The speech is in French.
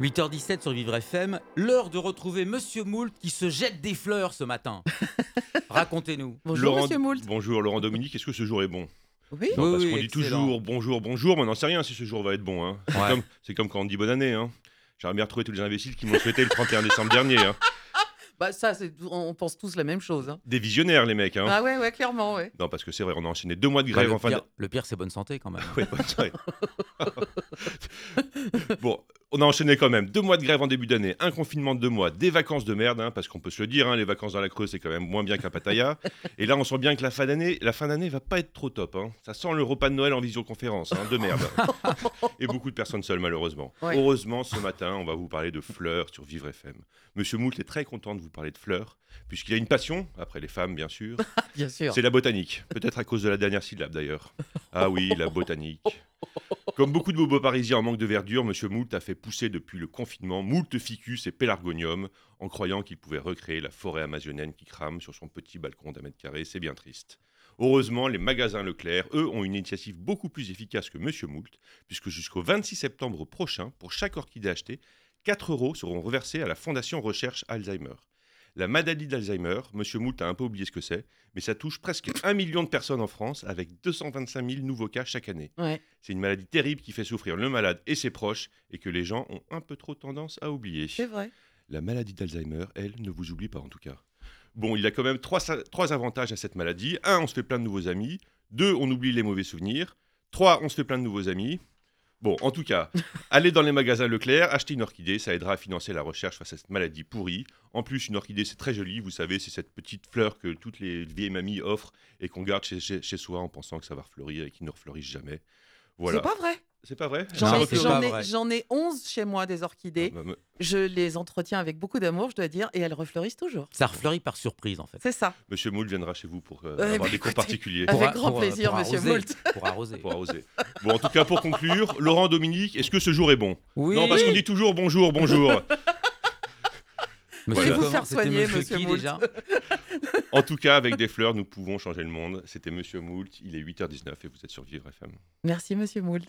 8h17 sur Vivre FM, l'heure de retrouver Monsieur Moult qui se jette des fleurs ce matin. Racontez-nous. Bonjour Laurent, Monsieur Moult. Bonjour Laurent Dominique, est-ce que ce jour est bon Oui. Non, Oui, parce oui, qu'on dit excellent. toujours bonjour, bonjour, mais on n'en sait rien si ce jour va être bon. hein. C'est Ouais. comme- C'est comme, quand on dit bonne année. hein. J'aimerais bien retrouver tous les imbéciles qui m'ont souhaité le 31 décembre dernier. hein. Bah ça, c'est- on on pense tous la même chose. hein. Des visionnaires, les mecs. hein. Ah ouais, ouais, clairement, ouais. Non, parce que c'est vrai, on a enchaîné deux mois de Ouais, grève le, en fin pire, le pire, c'est bonne santé quand même. Oui, bonne soirée. bon, on a enchaîné quand même. Deux mois de grève en début d'année, un confinement de deux mois, des vacances de merde, hein, parce qu'on peut se le dire, hein, les vacances dans la Creuse, c'est quand même moins bien qu'à Pattaya. Et là, on sent bien que la fin d'année, la fin d'année va pas être trop top. hein. Ça sent le repas de Noël en visioconférence, hein, de merde. Et beaucoup de personnes seules, malheureusement. Ouais. Heureusement, ce matin, on va vous parler de fleurs sur Vivre FM. Monsieur Moult est très content de vous parler de fleurs, puisqu'il a une passion, après les femmes, bien sûr. Bien sûr. C'est la botanique. Peut-être à cause de la dernière syllabe d'ailleurs. Ah oui, la botanique. Comme beaucoup de bobos parisiens en manque de verdure, Monsieur Moult a fait pousser depuis le confinement moult ficus et pélargonium en croyant qu'il pouvait recréer la forêt amazonienne qui crame sur son petit balcon d'un mètre carré. C'est bien triste. Heureusement, les magasins Leclerc, eux, ont une initiative beaucoup plus efficace que Monsieur Moult, puisque jusqu'au 26 septembre prochain, pour chaque orchidée achetée, 4 euros seront reversés à la Fondation Recherche Alzheimer. La maladie d'Alzheimer, Monsieur Moult a un peu oublié ce que c'est, mais ça touche presque un million de personnes en France, avec 225 000 nouveaux cas chaque année. Ouais. C'est une maladie terrible qui fait souffrir le malade et ses proches, et que les gens ont un peu trop tendance à oublier. C'est vrai. La maladie d'Alzheimer, elle, ne vous oublie pas en tout cas. Bon, il y a quand même trois, sa- trois avantages à cette maladie. Un, on se fait plein de nouveaux amis. Deux, on oublie les mauvais souvenirs. Trois, on se fait plein de nouveaux amis. Bon, en tout cas, allez dans les magasins Leclerc, achetez une orchidée, ça aidera à financer la recherche face à cette maladie pourrie. En plus, une orchidée, c'est très joli, vous savez, c'est cette petite fleur que toutes les vieilles mamies offrent et qu'on garde chez, chez- chez soi en pensant que ça va refleurir et qui ne refleurit jamais. Voilà. C'est pas vrai. C'est pas vrai J'en Non, ai, c'est j'en pas ai- vrai. j'en ai 11 chez moi des orchidées. Ah, bah, Je les entretiens avec beaucoup d'amour, je dois dire, et elles refleurissent toujours. Ça refleurit par surprise en fait. C'est ça. Monsieur Moule viendra chez vous pour euh, bah, avoir des cours écoutez, particuliers. Avec Pour a- grand pour, euh, plaisir, pour monsieur arroser, Moult. Pour arroser. pour arroser. Bon, en tout cas, pour conclure, Laurent Dominique, est-ce que ce jour est bon Oui, Non, parce qu'on dit toujours bonjour, bonjour. Monsieur Voilà. comment- Vous faire c'était soigner, monsieur qui, Moult. déjà en tout cas, avec des fleurs, nous pouvons changer le monde. C'était Monsieur Moult, il est 8h19 et vous êtes sur Vivre FM. Merci, monsieur Moult.